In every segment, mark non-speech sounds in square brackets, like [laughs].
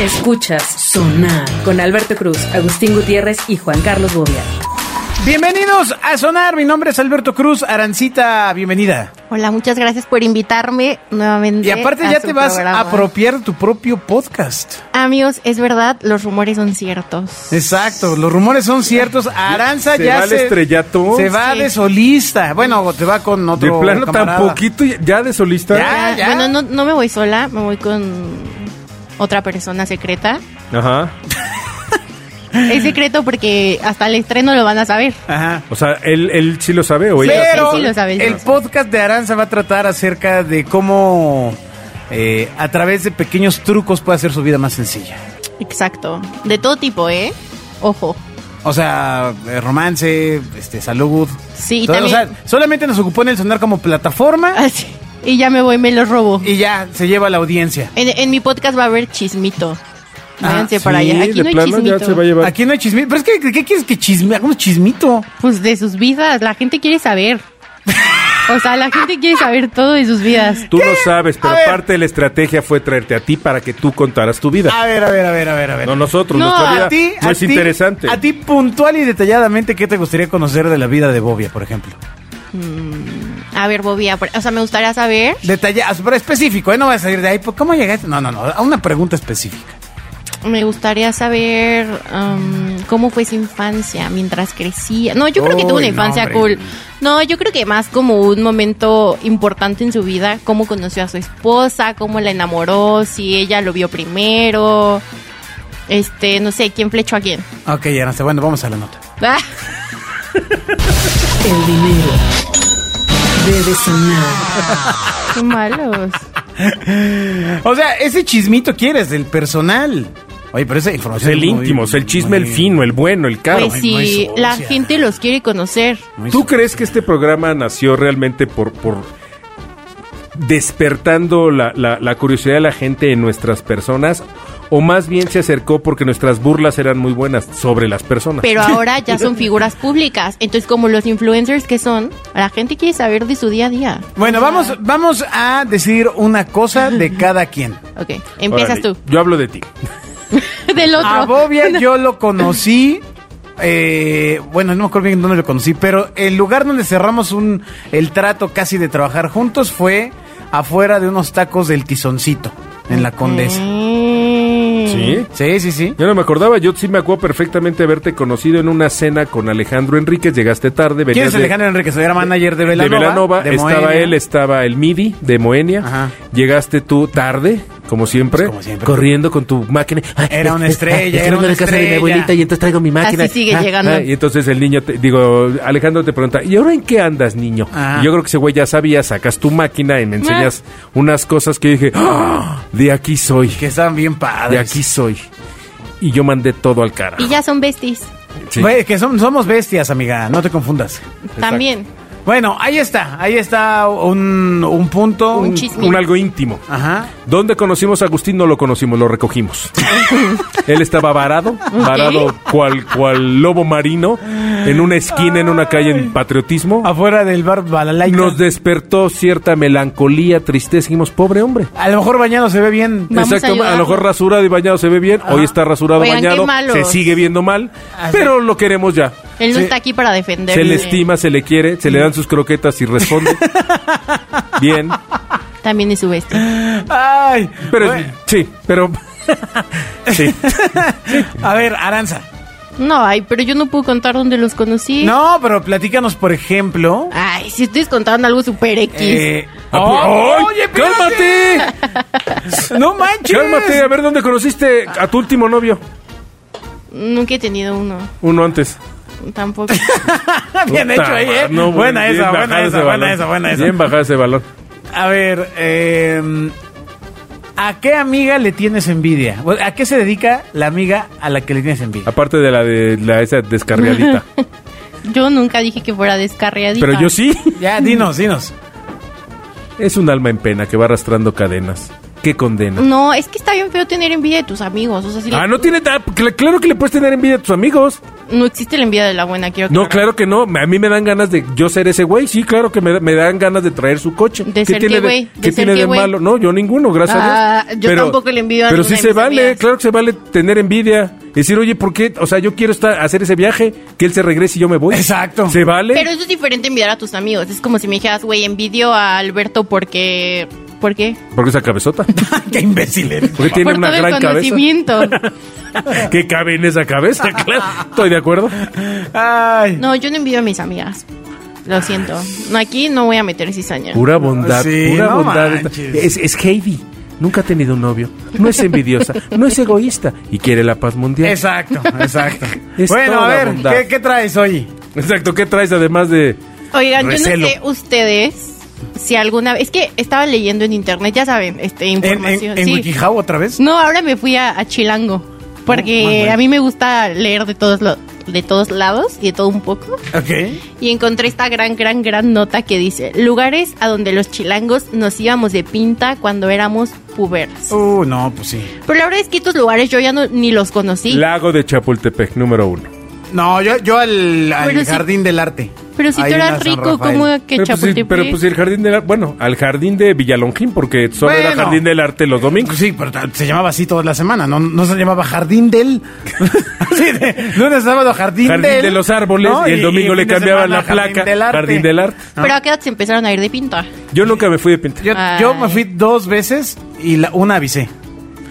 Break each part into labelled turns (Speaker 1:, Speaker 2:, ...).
Speaker 1: Escuchas Sonar con Alberto Cruz, Agustín Gutiérrez y Juan Carlos Bobia.
Speaker 2: Bienvenidos a Sonar, mi nombre es Alberto Cruz, Arancita, bienvenida.
Speaker 3: Hola, muchas gracias por invitarme nuevamente.
Speaker 2: Y aparte
Speaker 3: a
Speaker 2: ya
Speaker 3: su
Speaker 2: te vas
Speaker 3: programa.
Speaker 2: a apropiar de tu propio podcast.
Speaker 3: Amigos, es verdad, los rumores son ciertos.
Speaker 2: Exacto, los rumores son ciertos, Aranza
Speaker 4: Se
Speaker 2: ya
Speaker 4: va al estrellato.
Speaker 2: se va
Speaker 3: Sí.
Speaker 2: de solista, bueno, te va con
Speaker 4: De
Speaker 2: otro
Speaker 4: plano
Speaker 2: camarada.
Speaker 4: tan poquito y- ya de solista.
Speaker 2: Ya. Ah,
Speaker 3: Bueno, no, no me voy sola, me voy con otra persona secreta.
Speaker 4: Ajá.
Speaker 3: Es secreto porque hasta el estreno lo van a saber.
Speaker 2: Ajá.
Speaker 4: O sea, él, él sí lo sabe o ella.
Speaker 2: Pero
Speaker 3: sí, sí lo sabe, sí
Speaker 2: el
Speaker 3: lo sabe.
Speaker 2: podcast de Aranza va a tratar acerca de cómo eh, a través de pequeños trucos puede hacer su vida más sencilla.
Speaker 3: Exacto. De todo tipo, ¿eh? Ojo.
Speaker 2: O sea, eh, romance, este, salud.
Speaker 3: Sí, y
Speaker 2: Todo, o
Speaker 3: también-
Speaker 2: sea, solamente nos ocupó en el sonar como plataforma
Speaker 3: Así. Y ya me voy, me los robo.
Speaker 2: y ya se lleva la audiencia.
Speaker 3: En, en mi podcast va a haber chismito.
Speaker 2: Ah,
Speaker 3: Váyanse
Speaker 4: Sí,
Speaker 3: para allá. Aquí
Speaker 4: de
Speaker 3: no hay
Speaker 4: plano
Speaker 3: chismito.
Speaker 4: ya se va a llevar.
Speaker 2: Aquí no hay chismito. Pero es que, ¿qué quieres que chisme? Hagamos
Speaker 4: [laughs]
Speaker 2: chismito.
Speaker 3: Pues de sus vidas, la gente
Speaker 2: [laughs]
Speaker 3: quiere saber. O sea, la gente quiere saber todo de sus vidas.
Speaker 4: Tú lo sabes, pero
Speaker 2: A ver.
Speaker 4: parte de la estrategia fue traerte a ti para que tú contaras tu vida.
Speaker 2: A ver, a ver, a ver, a ver, a ver.
Speaker 4: No nosotros,
Speaker 3: No,
Speaker 4: nuestra
Speaker 3: a
Speaker 4: vida
Speaker 2: ti,
Speaker 4: no
Speaker 2: Ah, a
Speaker 4: es
Speaker 2: ti,
Speaker 4: interesante.
Speaker 2: A ti puntual y detalladamente, ¿qué te gustaría conocer de la vida de Bobia, por ejemplo?
Speaker 3: A ver, Bobby, apre- o sea, me gustaría saber.
Speaker 2: Detalla, ah, pero específico, ¿eh? No vas a salir de ahí. pues, ¿Cómo llegaste? No, no, no. A una pregunta específica.
Speaker 3: Me gustaría saber um, cómo fue su infancia mientras crecía. No, yo creo que
Speaker 2: Uy,
Speaker 3: tuvo una
Speaker 2: no,
Speaker 3: infancia
Speaker 2: hombre.
Speaker 3: cool. No, yo creo que más como un momento importante en su vida, cómo conoció a su esposa, cómo la enamoró, si ella lo vio primero. Este, no sé, quién flechó a quién. [laughs]
Speaker 2: Ok, Aranza, bueno, vamos a la nota.
Speaker 3: Ah,
Speaker 1: El dinero debe sonar.
Speaker 2: [laughs]
Speaker 3: qué malos.
Speaker 2: O sea, ese chismito quieres del personal. Oye, pero esa
Speaker 4: O
Speaker 2: información.
Speaker 4: sea, el
Speaker 2: es muy-
Speaker 4: íntimo, o sea, el chisme, el
Speaker 2: muy-
Speaker 4: fino, el bueno, el caro.
Speaker 3: Pues
Speaker 2: no hay- no hay
Speaker 3: sí, la
Speaker 2: socia.
Speaker 3: gente los quiere conocer.
Speaker 2: muy
Speaker 4: ¿Tú crees que este programa nació realmente por, por despertando la, la- la curiosidad de la gente en nuestras personas? ¿O más bien se acercó porque nuestras burlas eran muy buenas sobre las personas?
Speaker 3: Pero ahora ya son figuras públicas. Entonces, como los influencers que son, la gente quiere saber de su día a día.
Speaker 2: Bueno, vamos, vamos a decidir una cosa de cada quien.
Speaker 3: Ok, empiezas
Speaker 4: Órale,
Speaker 3: tú. [laughs]
Speaker 4: Yo hablo de ti.
Speaker 3: Del
Speaker 2: A
Speaker 3: otro. [laughs]
Speaker 2: Bobia Ah, yo lo conocí. eh, bueno, no me acuerdo bien dónde lo conocí, pero el lugar donde cerramos un, el trato casi de trabajar juntos fue afuera de unos tacos del tizoncito en la condesa.
Speaker 3: Mm.
Speaker 4: ¿Sí?
Speaker 2: Sí, sí, sí.
Speaker 4: Yo no me acordaba, yo sí me acuerdo perfectamente haberte conocido en una cena con Alejandro Enríquez, llegaste tarde,
Speaker 2: ¿Quién
Speaker 4: venías
Speaker 2: es
Speaker 4: de-
Speaker 2: Alejandro Enriquez? Era manager de Velanova.
Speaker 4: de Velanova,
Speaker 2: de
Speaker 4: estaba
Speaker 2: Moenia.
Speaker 4: él, estaba el MIDI de Moenia,
Speaker 2: Ajá.
Speaker 4: llegaste tú tarde, como siempre,
Speaker 2: Pues como siempre.
Speaker 4: corriendo con tu máquina. Ay,
Speaker 2: Era una
Speaker 4: [laughs] ay,
Speaker 2: estrella,
Speaker 4: ay, es que
Speaker 2: era
Speaker 4: vengo
Speaker 2: una
Speaker 4: de casa de mi
Speaker 2: estrella.
Speaker 4: abuelita y entonces traigo mi máquina.
Speaker 3: Así sigue llegando.
Speaker 4: y entonces el niño, te- digo, Alejandro te pregunta, ¿y ahora en qué andas, niño?
Speaker 2: Ajá.
Speaker 4: Y yo creo que ese güey ya sabía, sacas tu máquina y me enseñas
Speaker 3: Ah.
Speaker 4: unas cosas que dije, "Ah, de aquí soy,
Speaker 2: Que estaban bien padres.
Speaker 4: de aquí soy. Y yo mandé todo al cara.
Speaker 3: Y ya son besties.
Speaker 4: Sí.
Speaker 2: Güey, que som- somos bestias, amiga, no te confundas.
Speaker 3: También.
Speaker 2: Bueno, ahí está, ahí está un, un punto.
Speaker 3: Un chisme.
Speaker 4: Un algo íntimo.
Speaker 2: Ajá.
Speaker 4: ¿Dónde conocimos a Agustín? No lo conocimos,
Speaker 3: [laughs]
Speaker 4: lo recogimos. Él estaba varado, varado cual, cual lobo marino, en una esquina, en una calle en patriotismo.
Speaker 2: Afuera del bar Balalaika.
Speaker 4: Nos despertó cierta melancolía, tristeza. Dijimos, pobre hombre.
Speaker 2: A lo mejor bañado se ve bien.
Speaker 3: Vamos a
Speaker 4: Exacto, a,
Speaker 3: ayudarlo.
Speaker 4: lo mejor rasurado y bañado se ve bien. Hoy está rasurado,
Speaker 3: Oigan, qué
Speaker 4: bañado,
Speaker 3: malos.
Speaker 4: se sigue viendo mal,
Speaker 2: Así.
Speaker 4: pero lo queremos ya.
Speaker 3: Él no
Speaker 2: Sí.
Speaker 3: está aquí para defender.
Speaker 4: Se le estima, se le quiere, se le dan sus croquetas
Speaker 3: [laughs]
Speaker 4: y responde. Bien.
Speaker 3: También es su bestia.
Speaker 2: Ay,
Speaker 4: Pero
Speaker 2: güey.
Speaker 4: sí,
Speaker 2: [laughs]
Speaker 4: pero sí.
Speaker 2: A ver, Aranza.
Speaker 3: No, ay, pero yo no puedo contar dónde los conocí.
Speaker 2: No, pero platícanos, por ejemplo.
Speaker 3: Ay, si ustedes contaron algo super X.
Speaker 2: eh,
Speaker 4: Ah,
Speaker 2: ¡Oh!
Speaker 4: ¡ay!
Speaker 2: ¡Oye, espérate!
Speaker 4: cálmate.
Speaker 2: ¡No manches!
Speaker 4: Cálmate, a ver dónde conociste a tu último novio.
Speaker 3: Nunca he tenido uno.
Speaker 4: Uno antes. [laughs]
Speaker 3: Tampoco.
Speaker 2: [laughs] bien
Speaker 4: Puta
Speaker 2: hecho ahí, ¿eh?
Speaker 4: madre, no,
Speaker 2: buena,
Speaker 4: bien
Speaker 2: esa,
Speaker 4: bajado
Speaker 2: buena,
Speaker 4: ese
Speaker 2: esa, buena
Speaker 4: balón.
Speaker 2: esa, buena esa,
Speaker 4: Bien bajado ese balón.
Speaker 2: A ver, eh, ¿a qué amiga le tienes envidia? O- ¿A qué se dedica la amiga a la que le tienes envidia?
Speaker 4: Aparte de la de la esa
Speaker 2: [laughs]
Speaker 4: descarriadita.
Speaker 3: Yo nunca dije que fuera descarriadita.
Speaker 4: Pero yo sí.
Speaker 2: Ya, dinos, dinos. [laughs]
Speaker 4: Es un alma en pena que va arrastrando cadenas. ¿Qué
Speaker 2: Mm.
Speaker 4: condena?
Speaker 3: No, es que está bien feo tener envidia de tus amigos. O sea, si le-
Speaker 4: Ah, no tiene. ah, cl- claro que le puedes tener envidia a tus amigos.
Speaker 3: no existe la envidia de la buena, quiero
Speaker 4: No, claro que no. A mí me dan ganas de yo ser ese güey. Sí, claro que me, me dan ganas de traer su coche.
Speaker 3: De ser qué
Speaker 4: tiene
Speaker 3: güey, de
Speaker 4: de, qué
Speaker 3: ser
Speaker 4: tiene
Speaker 3: qué
Speaker 4: de
Speaker 3: güey.
Speaker 4: malo? No, yo ninguno, gracias
Speaker 3: Ah,
Speaker 4: a Dios.
Speaker 3: yo tampoco le envidio a
Speaker 4: Pero
Speaker 3: ninguna de
Speaker 4: sí se
Speaker 3: mis
Speaker 4: vale,
Speaker 3: amigas.
Speaker 4: claro que se vale tener envidia. Decir, oye, ¿por qué? O sea, yo quiero estar, hacer ese viaje, que él se regrese y yo me voy.
Speaker 2: Exacto.
Speaker 4: ¿Se vale?
Speaker 3: Pero eso es diferente envidiar a tus amigos. Es como si me dijeras, güey, envidio a Alberto porque... ¿Por qué?
Speaker 4: Porque esa cabezota.
Speaker 3: [laughs]
Speaker 2: ¡Qué imbécil
Speaker 4: [laughs]
Speaker 2: eres!
Speaker 4: Porque tiene
Speaker 3: Por
Speaker 4: una
Speaker 3: todo
Speaker 4: gran
Speaker 3: el
Speaker 4: cabeza.
Speaker 3: conocimiento.
Speaker 4: que cabe en
Speaker 3: [laughs]
Speaker 4: esa cabeza, claro. Estoy de acuerdo.
Speaker 2: Ay.
Speaker 3: No, yo no envidio a mis amigas. Lo siento. No, aquí no voy a meter cizaña.
Speaker 4: Pura bondad,
Speaker 2: Sí,
Speaker 4: pura
Speaker 2: no
Speaker 4: bondad.
Speaker 2: manches.
Speaker 4: Es, es Heidi. Nunca ha tenido un novio. No es envidiosa, no es egoísta y quiere la paz mundial.
Speaker 2: Exacto, exacto.
Speaker 4: Es
Speaker 2: bueno, a
Speaker 4: toda
Speaker 2: ver,
Speaker 4: bondad.
Speaker 2: ¿qué, qué traes hoy?
Speaker 4: Exacto, ¿qué traes además de...?
Speaker 3: Oigan, yo
Speaker 2: Recelo.
Speaker 3: no sé ustedes si alguna vez... Es que estaba leyendo en internet, ya saben, este,
Speaker 2: ¿En, en,
Speaker 3: información.
Speaker 2: en
Speaker 3: sí.
Speaker 2: WikiHow otra vez?
Speaker 3: No, ahora me fui a, a Chilango.
Speaker 2: Oh, muy
Speaker 3: Porque
Speaker 2: bueno.
Speaker 3: a mí me gusta leer de todos, lo- de todos lados y de todo un poco.
Speaker 2: Ok.
Speaker 3: Y encontré esta gran, gran, gran nota que dice: Lugares a donde los chilangos nos íbamos de pinta cuando éramos puberas.
Speaker 4: Oh.
Speaker 2: Uh, no, pues sí.
Speaker 3: Pero la verdad es que estos lugares yo ya no, ni los conocí.
Speaker 4: Lago de Chapultepec, número uno.
Speaker 2: No, yo, yo al, al
Speaker 3: Pero sí-
Speaker 2: jardín del arte.
Speaker 3: Pero si
Speaker 2: Ahí
Speaker 3: tú
Speaker 2: en la
Speaker 3: eras
Speaker 2: San
Speaker 3: rico,
Speaker 2: Rafael.
Speaker 3: ¿cómo que
Speaker 4: pero, pues, sí,
Speaker 3: Chapultepec?
Speaker 4: pero pues el jardín del... Bueno, al jardín de Villalongín, porque solo era
Speaker 2: Bueno.
Speaker 4: jardín del arte los domingos.
Speaker 2: Sí, pero ta- se llamaba así toda la semana, no, no se llamaba Jardín del. [laughs] sí, de lunes a sábado Jardín,
Speaker 4: Jardín
Speaker 2: del.
Speaker 4: de los árboles, y el domingo le
Speaker 2: fin de
Speaker 4: cambiaban
Speaker 2: semana,
Speaker 4: la placa, Jardín del arte.
Speaker 3: Pero a qué edad se empezaron a ir de pinta.
Speaker 4: Yo nunca me fui de pinta.
Speaker 2: Yo,
Speaker 3: Ay.
Speaker 2: yo me fui dos veces y la, una avisé. [laughs]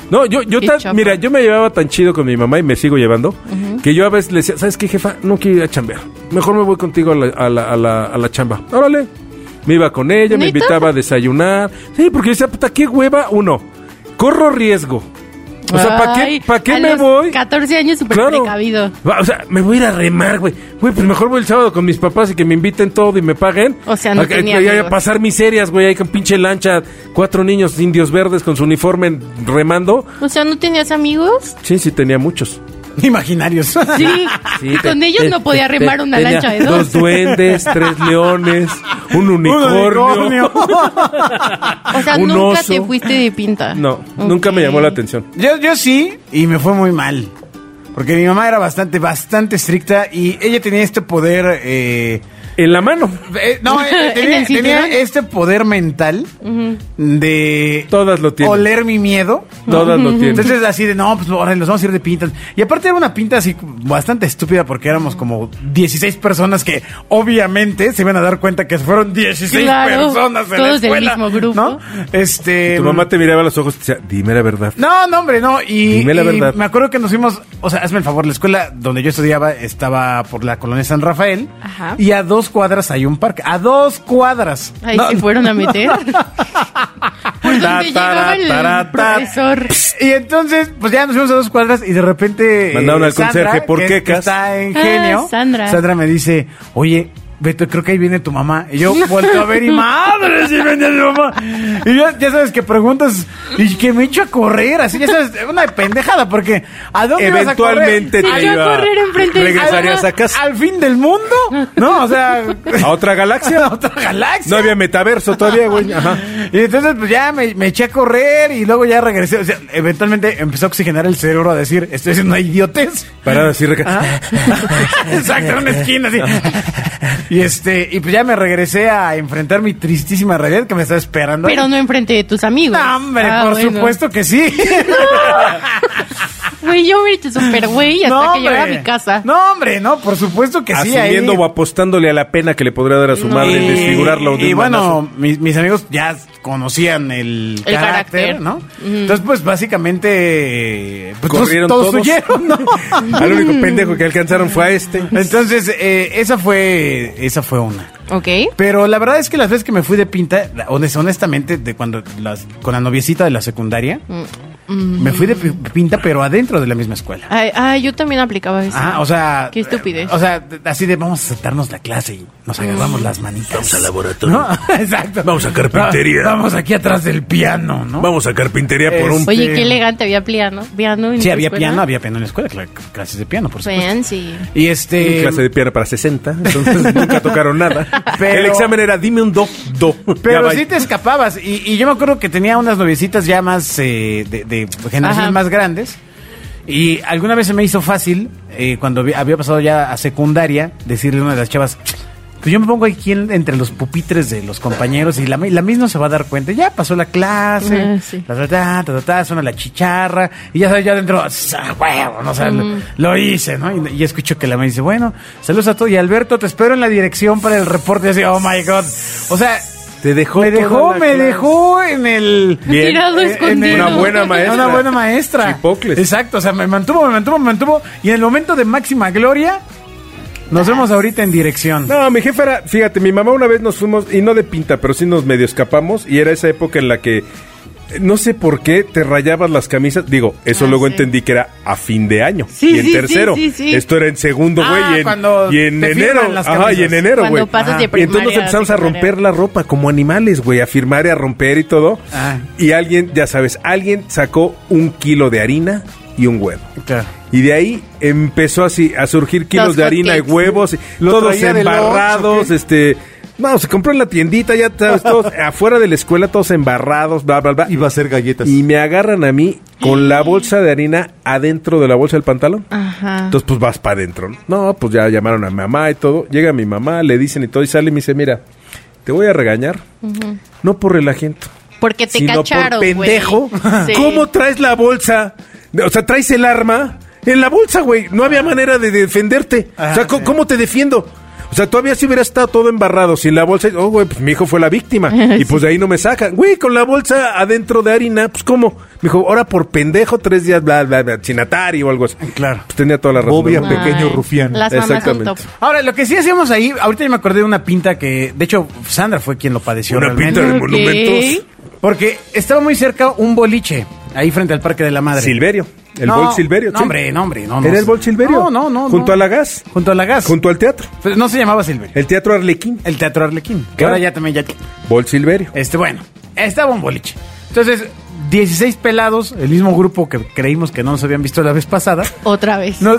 Speaker 4: No, yo, yo
Speaker 3: Qué
Speaker 4: tan-
Speaker 3: chafa.
Speaker 4: mira, yo me llevaba tan chido con mi mamá y me sigo llevando, que yo a veces le decía, ¿sabes qué, jefa? No quiero ir a chambear. Mejor me voy contigo a la, a la, a la- a la chamba. Órale. Me iba con ella, me
Speaker 3: ¿Neta?
Speaker 4: invitaba a desayunar. Sí, porque yo decía, puta, qué hueva. Uno, corro riesgo. O sea, ¿para
Speaker 3: Ay,
Speaker 4: qué, pa' qué
Speaker 3: a
Speaker 4: me
Speaker 3: los
Speaker 4: voy?
Speaker 3: 14 años súper precavido.
Speaker 4: Va, O sea, me voy a ir a remar, güey. Güey, pues mejor voy el sábado con mis papás y que me inviten todo y me paguen.
Speaker 3: O sea, no
Speaker 4: A- a-
Speaker 3: tenía
Speaker 4: a- a-
Speaker 3: amigos.
Speaker 4: pasar miserias, güey, ahí con pinche lancha, cuatro niños indios verdes con su uniforme remando.
Speaker 3: O sea, ¿no tenías
Speaker 4: [laughs]
Speaker 3: amigos?
Speaker 4: Sí, sí tenía muchos.
Speaker 2: Imaginarios.
Speaker 3: Sí.
Speaker 2: [laughs]
Speaker 3: y Ah, con ellos
Speaker 4: Te-
Speaker 3: no podía
Speaker 4: te-
Speaker 3: remar
Speaker 4: te-
Speaker 3: una
Speaker 4: tenía
Speaker 3: lancha de dos.
Speaker 4: Dos duendes,
Speaker 3: [laughs]
Speaker 4: tres leones, un unicornio. [laughs]
Speaker 3: o sea,
Speaker 4: un
Speaker 3: nunca
Speaker 4: oso.
Speaker 3: te fuiste de pinta.
Speaker 4: No,
Speaker 3: Ok.
Speaker 4: nunca me llamó la atención.
Speaker 2: Yo, yo sí, y me fue muy mal. Porque mi mamá era bastante, bastante estricta y ella tenía este poder. Eh,
Speaker 4: En la mano.
Speaker 2: eh, no, eh,
Speaker 3: [laughs] ¿En
Speaker 2: tenía,
Speaker 3: el cinturón?
Speaker 2: tenía este poder mental de.
Speaker 4: Todas lo tienen.
Speaker 2: Oler mi miedo.
Speaker 4: Todas lo tienen.
Speaker 2: Entonces así de, no, pues ahora nos vamos a ir de pintas. Y aparte era una pinta así bastante estúpida porque éramos como 16 personas que obviamente se iban a dar cuenta que fueron 16
Speaker 3: Claro,
Speaker 2: personas en la
Speaker 3: todos del
Speaker 2: escuela,
Speaker 3: mismo grupo.
Speaker 2: ¿no? Este
Speaker 4: Tu mamá te miraba a los ojos y te decía, dime la verdad.
Speaker 2: [laughs] No, no, hombre, no. Y,
Speaker 4: Dime la
Speaker 2: y
Speaker 4: verdad.
Speaker 2: me acuerdo que nos fuimos, o sea, hazme el favor, la escuela donde yo estudiaba estaba por la colonia San Rafael.
Speaker 3: Ajá.
Speaker 2: Y a dos cuadras hay un parque. A dos cuadras.
Speaker 3: Ahí
Speaker 2: No,
Speaker 3: se fueron a meter.
Speaker 4: [laughs]
Speaker 3: ¿Por
Speaker 4: Ta,
Speaker 3: dónde llegaba el
Speaker 4: ta, ta, ta.
Speaker 3: profesor?
Speaker 2: Y entonces, pues ya nos fuimos a dos cuadras y de repente. eh,
Speaker 4: Mandaron al conserje, ¿por
Speaker 2: que-
Speaker 4: qué,
Speaker 2: que
Speaker 4: Cas?
Speaker 2: Está en
Speaker 3: Ah,
Speaker 2: genio.
Speaker 3: Sandra.
Speaker 2: me dice, oye. Beto, creo que ahí viene tu mamá. Y yo vuelto a ver y madre, si venía mi mamá. Y yo, ya sabes que preguntas y que me echo a correr, así, ya sabes, una pendejada, porque ¿a dónde ibas a correr?
Speaker 4: Eventualmente
Speaker 3: Sí,
Speaker 4: te
Speaker 3: yo a
Speaker 4: iba.
Speaker 3: correr enfrente de-
Speaker 4: regresarías a casa.
Speaker 2: ¿Al fin del mundo? No, o
Speaker 4: [laughs]
Speaker 2: sea.
Speaker 4: ¿A otra galaxia?
Speaker 2: [laughs] a otra galaxia.
Speaker 4: No había metaverso todavía, güey. Ajá.
Speaker 2: Y entonces, pues ya me, me eché a correr y luego ya regresé. O sea, eventualmente empezó a oxigenar el cerebro a decir, estoy haciendo una idiotez. [laughs]
Speaker 4: Parada así, reca-
Speaker 2: Ah, Exacto, en una esquina así. Y este, y pues ya me regresé a enfrentar mi tristísima realidad que me estaba esperando.
Speaker 3: Pero no enfrente de tus amigos.
Speaker 2: No, hombre,
Speaker 3: Ah,
Speaker 2: por
Speaker 3: bueno.
Speaker 2: supuesto que sí.
Speaker 3: [laughs] Güey, yo me he hecho súper güey hasta
Speaker 2: no,
Speaker 3: que llegué a
Speaker 2: hombre.
Speaker 3: mi casa.
Speaker 2: No, hombre, no, por supuesto que sí. ahí-
Speaker 4: asumiendo o apostándole a la pena que le podría dar a su
Speaker 3: No.
Speaker 4: madre
Speaker 2: Y-
Speaker 4: desfigurarla o de
Speaker 2: Y
Speaker 4: un manazo.
Speaker 2: bueno, mis, mis amigos ya conocían el,
Speaker 3: El
Speaker 2: carácter,
Speaker 3: carácter.
Speaker 2: ¿no?
Speaker 3: Ujú.
Speaker 2: Entonces, pues básicamente. pues, todos-
Speaker 4: Corrieron
Speaker 2: todos,
Speaker 4: todos.
Speaker 2: huyeron,
Speaker 4: [laughs]
Speaker 2: ¿no?
Speaker 3: [laughs]
Speaker 4: Al único pendejo que alcanzaron fue a este.
Speaker 2: Entonces, eh, esa fue. Esa fue una.
Speaker 3: Ok.
Speaker 2: Pero la verdad es que las veces que me fui de pinta, honest- honestamente, de cuando las, con la noviecita de la secundaria,
Speaker 3: Mm.
Speaker 2: me fui de pi- pinta, pero adentro de la misma escuela.
Speaker 3: Ay, ay, yo también aplicaba eso.
Speaker 2: Ah, o sea.
Speaker 3: Qué estupidez.
Speaker 2: eh, O sea, de- así de vamos a sentarnos la clase y nos agarramos las manitas. Vamos al laboratorio. [laughs] Exacto.
Speaker 5: Vamos a carpintería.
Speaker 2: Va- Vamos aquí atrás del piano, ¿no?
Speaker 5: Vamos a carpintería por un...
Speaker 3: Oye,
Speaker 2: este-
Speaker 3: qué elegante, había piano. piano en
Speaker 2: Sí,
Speaker 3: tu
Speaker 2: había
Speaker 3: escuela?
Speaker 2: piano, había piano en la escuela, cla- clases de piano, por supuesto.
Speaker 3: Fancy.
Speaker 2: Y este.
Speaker 4: clase de piano para 60, entonces [laughs] nunca tocaron nada.
Speaker 2: Pero-
Speaker 4: El examen era dime un do, do. Ya
Speaker 2: Pero
Speaker 4: va.
Speaker 2: sí te escapabas. Y, y yo me acuerdo que tenía unas noviecitas ya más eh, de, de generaciones
Speaker 3: Ajá.
Speaker 2: más grandes. Y alguna vez se me hizo fácil eh, cuando había- había pasado ya a secundaria, decirle a una de las chavas, pues yo me pongo aquí en- entre los pupitres de los compañeros y la, mi- la misma se va a dar cuenta. Ya pasó la clase,
Speaker 3: Ah, sí.
Speaker 2: la ta, ta, ta, ta, ta, suena la chicharra y ya sabes, ya adentro, "Ah, huevo, no, o sea, lo- lo, hice, ¿no? Y, y escucho que la me dice, bueno, saludos a todos y Alberto, te espero en la dirección para el reporte. Y así, oh my God. O sea...
Speaker 4: Te dejó
Speaker 2: Me
Speaker 4: toda
Speaker 2: dejó, me
Speaker 4: la clase.
Speaker 2: dejó en el...
Speaker 4: Bien.
Speaker 3: Tirado
Speaker 2: Eh,
Speaker 3: escondido.
Speaker 2: en el-
Speaker 4: Una buena maestra.
Speaker 2: Una buena maestra.
Speaker 4: Chipocles.
Speaker 2: Exacto, o sea, me mantuvo, me mantuvo, me mantuvo. Y en el momento de máxima gloria, nos vemos ahorita en dirección.
Speaker 4: No, mi jefa era, fíjate, mi mamá una vez nos fuimos, y no de pinta, pero sí nos medio escapamos, y era esa época en la que, eh, no sé por qué, te rayabas las camisas, digo, eso
Speaker 3: Ah,
Speaker 4: luego
Speaker 3: sí.
Speaker 4: entendí que era a fin de año,
Speaker 3: Sí,
Speaker 4: y en
Speaker 3: sí, sí,
Speaker 4: tercero,
Speaker 3: sí, sí.
Speaker 4: esto era en segundo,
Speaker 2: Ah,
Speaker 4: güey, y
Speaker 2: cuando
Speaker 4: en, y en
Speaker 2: te firman
Speaker 4: enero,
Speaker 2: las
Speaker 4: ajá,
Speaker 2: camisas.
Speaker 4: y en enero,
Speaker 3: Cuando
Speaker 4: güey.
Speaker 3: pasas
Speaker 2: Ajá.
Speaker 3: de
Speaker 4: Y
Speaker 3: primaria.
Speaker 4: entonces nos empezamos a
Speaker 3: secundaria.
Speaker 4: romper la ropa como animales, güey, a firmar y a romper y todo.
Speaker 2: Ah.
Speaker 4: Y alguien, ya sabes, alguien sacó un kilo de harina y un huevo.
Speaker 2: Claro.
Speaker 4: Y de ahí empezó así a surgir kilos
Speaker 3: Los
Speaker 4: de harina y
Speaker 3: hotcakes.
Speaker 4: huevos, y
Speaker 2: ¿Lo
Speaker 4: todos
Speaker 2: traía de Lux,
Speaker 4: embarrados,
Speaker 2: o qué?
Speaker 4: este, no, se compró en la tiendita, ya
Speaker 2: [laughs]
Speaker 4: sabes, todos afuera de la escuela, todos embarrados, bla, bla, bla.
Speaker 6: Iba a ser galletas.
Speaker 4: Y me agarran a mí con la bolsa de harina adentro de la bolsa del pantalón.
Speaker 3: Ajá.
Speaker 4: Entonces, pues vas para adentro. No, No, pues ya llamaron a mi mamá y todo. Llega mi mamá, le dicen y todo, y sale y me dice, mira, te voy a regañar, no por el agente,
Speaker 3: Porque te
Speaker 4: sino
Speaker 3: cacharon,
Speaker 4: por
Speaker 3: güey.
Speaker 4: pendejo.
Speaker 3: [laughs] Sí.
Speaker 4: ¿Cómo traes la bolsa? O sea, traes el arma en la bolsa, güey. No había manera de defenderte. o sea,
Speaker 2: Ajá,
Speaker 4: ¿cómo,
Speaker 2: sí.
Speaker 4: cómo te defiendo? O sea, todavía si hubiera estado todo embarrado sin la bolsa. Oh, güey, pues mi hijo fue
Speaker 3: [laughs]
Speaker 4: la víctima. Y pues de ahí no me sacan. Güey, con la bolsa adentro de harina, pues ¿cómo? Me dijo, ahora por pendejo, tres días, bla, bla, bla, sin Atari o algo así.
Speaker 2: Claro.
Speaker 4: Pues tenía toda la razón.
Speaker 6: Bobia,
Speaker 4: ¿no?
Speaker 6: pe- pequeño rufián.
Speaker 3: Las mamás son
Speaker 4: Exactamente.
Speaker 3: top.
Speaker 2: Ahora, lo que sí hacíamos ahí, ahorita ya me acordé de una pinta que, de hecho, Sandra fue quien lo padeció
Speaker 5: Una
Speaker 2: realmente.
Speaker 5: pinta de
Speaker 3: Ok.
Speaker 5: monumentos.
Speaker 2: Porque estaba muy cerca un boliche, ahí frente al Parque de la Madre.
Speaker 4: Silverio. El
Speaker 2: No,
Speaker 4: Bol Silverio.
Speaker 2: No,
Speaker 4: sí.
Speaker 2: hombre, no, hombre, no. no.
Speaker 4: ¿Era el Bol Silverio?
Speaker 2: No, no, no.
Speaker 4: Junto
Speaker 2: no.
Speaker 4: a la gas.
Speaker 2: Junto a la gas.
Speaker 4: Junto al teatro.
Speaker 2: Pero no se llamaba Silverio.
Speaker 4: El teatro Arlequín.
Speaker 2: El Teatro Arlequín. Que
Speaker 4: Claro.
Speaker 2: ahora ya también ya...
Speaker 4: Bol Silverio.
Speaker 2: Este, bueno, estaba un boliche. Entonces, 16 pelados, el mismo grupo que creímos que no nos habían visto la vez pasada.
Speaker 3: Otra vez.
Speaker 2: No,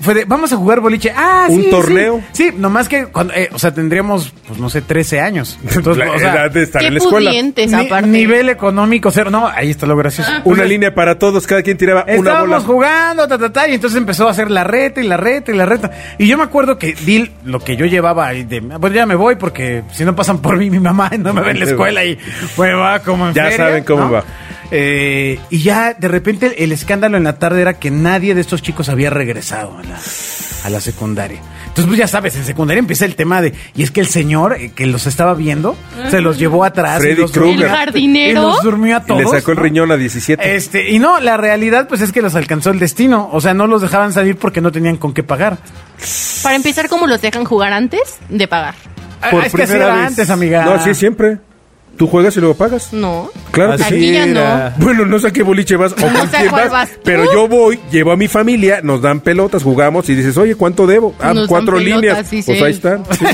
Speaker 2: fue de, vamos a jugar boliche. Ah,
Speaker 4: ¿Un
Speaker 2: sí, sí.
Speaker 4: torneo?
Speaker 2: Sí, nomás que, cuando, eh, o sea, tendríamos, pues no sé, 13 años. Entonces,
Speaker 4: la
Speaker 2: o sea,
Speaker 4: edad de estar
Speaker 3: Qué
Speaker 4: en la escuela.
Speaker 3: pudientes,
Speaker 2: ni-
Speaker 3: aparte.
Speaker 2: nivel económico cero. No, ahí está lo gracioso.
Speaker 4: Una
Speaker 2: Entonces,
Speaker 4: línea para todos, cada quien tiraba una bola.
Speaker 2: Estábamos jugando, ta, ta, ta, y entonces empezó a hacer la reta y la reta y la reta. Y yo me acuerdo que di lo que yo llevaba ahí de, bueno, ya me voy porque si no pasan por mí, mi mamá [laughs] no me ve en la escuela y bueno, va como en
Speaker 4: Ya
Speaker 2: feria,
Speaker 4: saben cómo
Speaker 2: ¿no?
Speaker 4: va.
Speaker 2: Eh, y ya de repente el escándalo en la tarde era que nadie de estos chicos había regresado a la, a la secundaria. Entonces, pues ya sabes, en secundaria empieza el tema de. Y es que el señor eh, que los estaba viendo se los llevó atrás.
Speaker 4: Freddy
Speaker 2: y los
Speaker 4: Krueger.
Speaker 2: durmió-
Speaker 4: ¿El
Speaker 3: jardinero?
Speaker 2: Y los durmió a
Speaker 4: Y
Speaker 2: todos.
Speaker 4: le sacó el
Speaker 2: ¿no?
Speaker 4: riñón a 17.
Speaker 2: Este, y no, la realidad pues es que los alcanzó el destino, o sea, no los dejaban salir porque no tenían con qué pagar.
Speaker 3: Para empezar, ¿cómo los dejan jugar antes de pagar?
Speaker 2: Ah,
Speaker 4: Por
Speaker 2: es que así
Speaker 4: primera
Speaker 2: era
Speaker 4: vez.
Speaker 2: antes, amiga.
Speaker 4: No, así siempre. Tú juegas y luego pagas.
Speaker 3: No.
Speaker 4: Claro que
Speaker 3: Así
Speaker 4: sí.
Speaker 3: ya no.
Speaker 6: era.
Speaker 4: Bueno, no sé a qué boliche vas o
Speaker 3: [laughs]
Speaker 4: con
Speaker 3: No sé a
Speaker 4: quién
Speaker 3: cuál
Speaker 4: vas,
Speaker 3: vas tú.
Speaker 4: pero yo voy, llevo a mi familia, nos dan pelotas, jugamos y dices, oye, ¿cuánto debo? Ah,
Speaker 3: Nos dan
Speaker 4: cuatro
Speaker 3: pelotas,
Speaker 4: líneas.
Speaker 3: sí,
Speaker 4: pues
Speaker 3: sí. [laughs]
Speaker 4: ahí están. sí.